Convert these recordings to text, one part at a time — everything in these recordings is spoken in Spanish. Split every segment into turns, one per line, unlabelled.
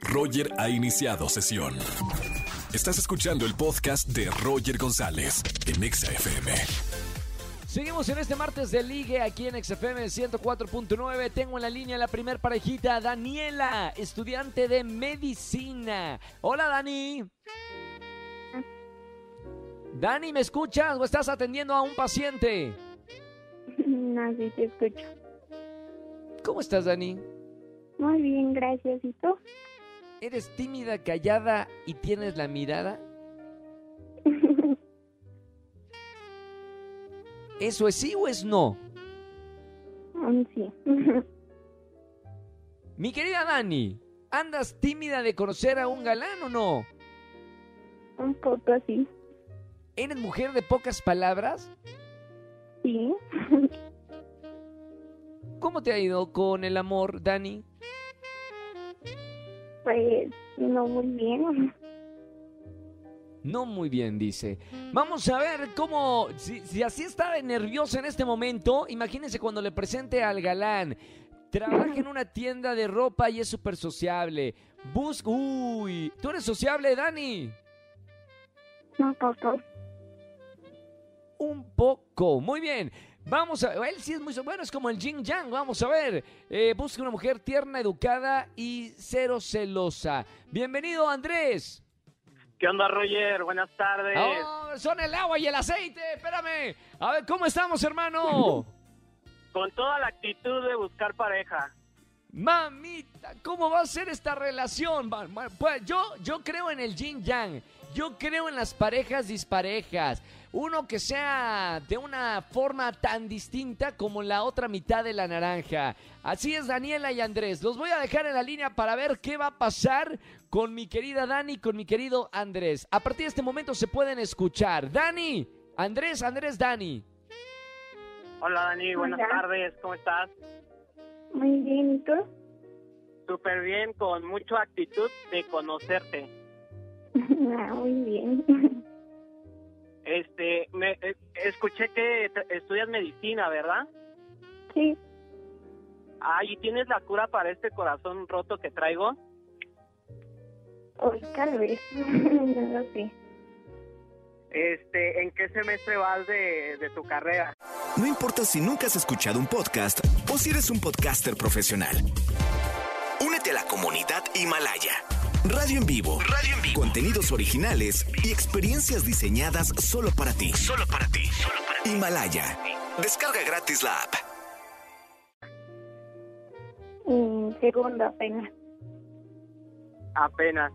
Roger ha iniciado sesión. Estás escuchando el podcast de Roger González en Exa FM.
Seguimos en este martes de ligue aquí en XFM 104.9. Tengo en la línea la primer parejita, Daniela, estudiante de medicina. Hola, Dani. Dani, ¿me escuchas o estás atendiendo a un paciente?
No, sí te escucho.
¿Cómo estás, Dani?
Muy bien, gracias. ¿Y tú?
¿Eres tímida, callada y tienes la mirada? ¿Eso es sí o es no?
Mm, Sí.
Mi querida Dani, ¿andas tímida de conocer a un galán o no?
Un poco así.
¿Eres mujer de pocas palabras?
Sí.
¿Cómo te ha ido con el amor, Dani?
Pues no muy bien.
No muy bien, dice. Vamos a ver cómo, si, si así está de nerviosa en este momento, imagínense cuando le presente al galán. Trabaja en una tienda de ropa y es súper sociable. Busca... Uy, ¿tú eres sociable, Dani?
Un poco.
Un poco. Muy bien. Vamos a... Él sí es muy... so- Bueno, es como el Jin Yang. Vamos a ver. Eh, busca una mujer tierna, educada y cero celosa. Bienvenido, Andrés.
¿Qué onda, Roger? Buenas tardes.
Oh, son el agua y el aceite. Espérame. A ver, ¿cómo estamos, hermano?
Con toda la actitud de buscar pareja.
Mamita, ¿cómo va a ser esta relación? Ma- ma- Pues yo, yo creo en el yin yang. Yo creo en las parejas disparejas. Uno que sea de una forma tan distinta como la otra mitad de la naranja. Así es, Daniela y Andrés. Los voy a dejar en la línea para ver qué va a pasar con mi querida Dani, con mi querido Andrés. A partir de este momento se pueden escuchar. Dani, Andrés, Andrés, Dani.
Hola, Dani. Buenas
Hola.
tardes. ¿Cómo estás?
Muy bien, ¿y tú?
Súper bien, con mucha actitud de conocerte.
Ah, muy bien.
Este, me, eh, escuché que tra- estudias medicina, ¿verdad?
Sí,
Ay, ¿y tienes la cura para este corazón roto que traigo?
hoy tal vez. No lo sé.
Este, ¿en qué semestre vas de, de tu carrera?
No importa si nunca has escuchado un podcast o si eres un podcaster profesional. Únete a la comunidad Himalaya. Radio en vivo. Radio en vivo. Contenidos originales y experiencias diseñadas solo para ti. Solo para ti. Solo para ti. Himalaya. Descarga gratis la app.
En segundo apenas.
Apenas.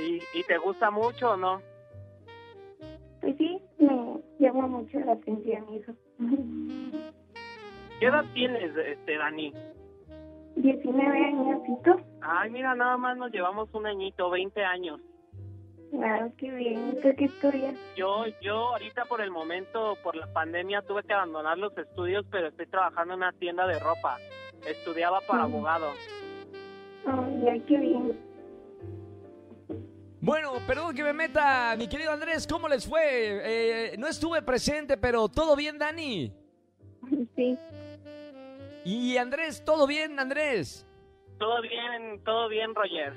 ¿Y, y te gusta mucho o no?
Pues sí, me llama mucho la atención eso.
¿Qué edad tienes, este, Dani?
19 años, ¿y tú?
Ay, mira, nada más nos llevamos un añito, 20 años.
Ah, qué bien. ¿Tú qué estudias?
Yo, yo ahorita por el momento, por la pandemia, tuve que abandonar los estudios, pero estoy trabajando en una tienda de ropa. Estudiaba para abogado.
Ah, ya, qué bien.
Bueno, perdón que me meta, mi querido Andrés, ¿cómo les fue? Eh, no estuve presente, pero todo bien, Dani.
Sí,
Y Andrés, todo bien, Andrés.
Todo bien, todo bien, Roger.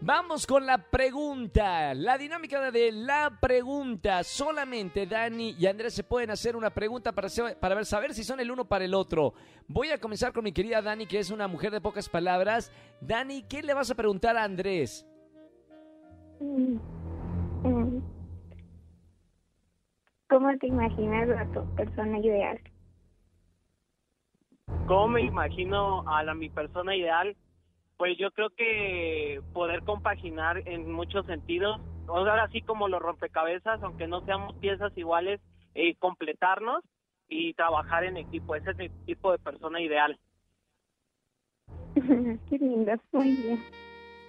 Vamos con la pregunta. La dinámica de la pregunta. Solamente Dani y Andrés se pueden hacer una pregunta para, se- para ver, saber si son el uno para el otro. Voy a comenzar con mi querida Dani, que es una mujer de pocas palabras. Dani, ¿qué le vas a preguntar a Andrés?
Mm. Mm. ¿Cómo te imaginas a tu persona ideal?
¿Cómo me imagino a la, mi persona ideal? Pues yo creo que poder compaginar en muchos sentidos. O sea, ahora sí como los rompecabezas, aunque no seamos piezas iguales, eh, completarnos y trabajar en equipo. Ese es mi tipo de persona ideal.
Qué lindo, muy bien.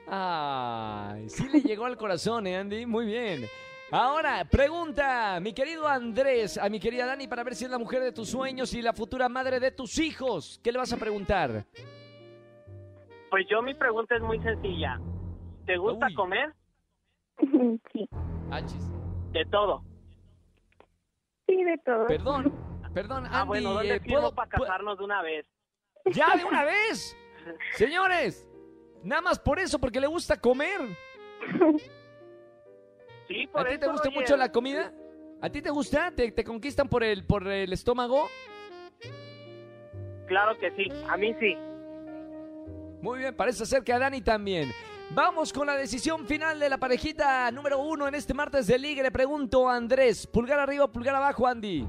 Ay, sí le llegó al corazón, ¿eh, Andy? Muy bien. Ahora, pregunta, mi querido Andrés, a mi querida Dani, para ver si es la mujer de tus sueños y la futura madre de tus hijos. ¿Qué le vas a preguntar?
Pues yo mi pregunta es muy sencilla. ¿Te gusta
Uy.
comer?
Sí,
Ah,
De todo.
sí, de todo.
Perdón, perdón, Andy.
Ah, bueno, ¿dónde
eh,
firmo
¿puedo-
para
pu-
casarnos de una vez?
¡Ya de una vez! Señores, Nada más por eso, porque le gusta comer.
Sí,
¿A
por
ti te
eso,
gusta
oye,
mucho la comida? ¿A ti te gusta? ¿Te, te conquistan por el, por el estómago?
Claro que sí, a mí sí.
Muy bien, parece ser que a Dani también. Vamos con la decisión final de la parejita número uno en este martes de Ligue. Le pregunto a Andrés, pulgar arriba, pulgar abajo, Andy.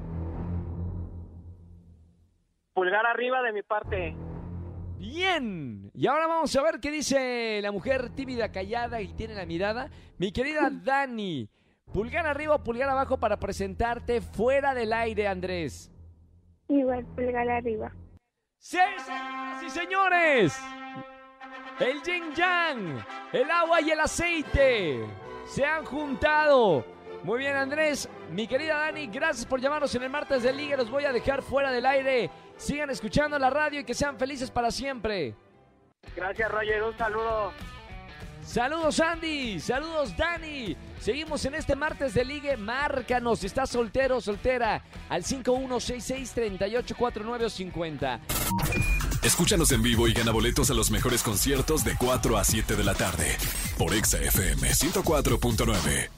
Pulgar arriba de mi parte.
Bien, y ahora vamos a ver qué dice la mujer tímida, callada y tiene la mirada. Mi querida Dani, pulgar arriba, pulgar abajo para presentarte fuera del aire, Andrés.
Igual pulgar arriba.
¡Sí, señoras y señores! El yin yang, el agua y el aceite se han juntado. Muy bien, Andrés. Mi querida Dani, gracias por llamarnos en el martes de Liga. Los voy a dejar fuera del aire. Sigan escuchando la radio y que sean felices para siempre.
Gracias, Roger. Un saludo.
Saludos Andy, saludos Dani. Seguimos en este martes de ligue. Márcanos si estás soltero o soltera al 5166-384950.
Escúchanos en vivo y gana boletos a los mejores conciertos de 4 a 7 de la tarde por Exa FM 104.9.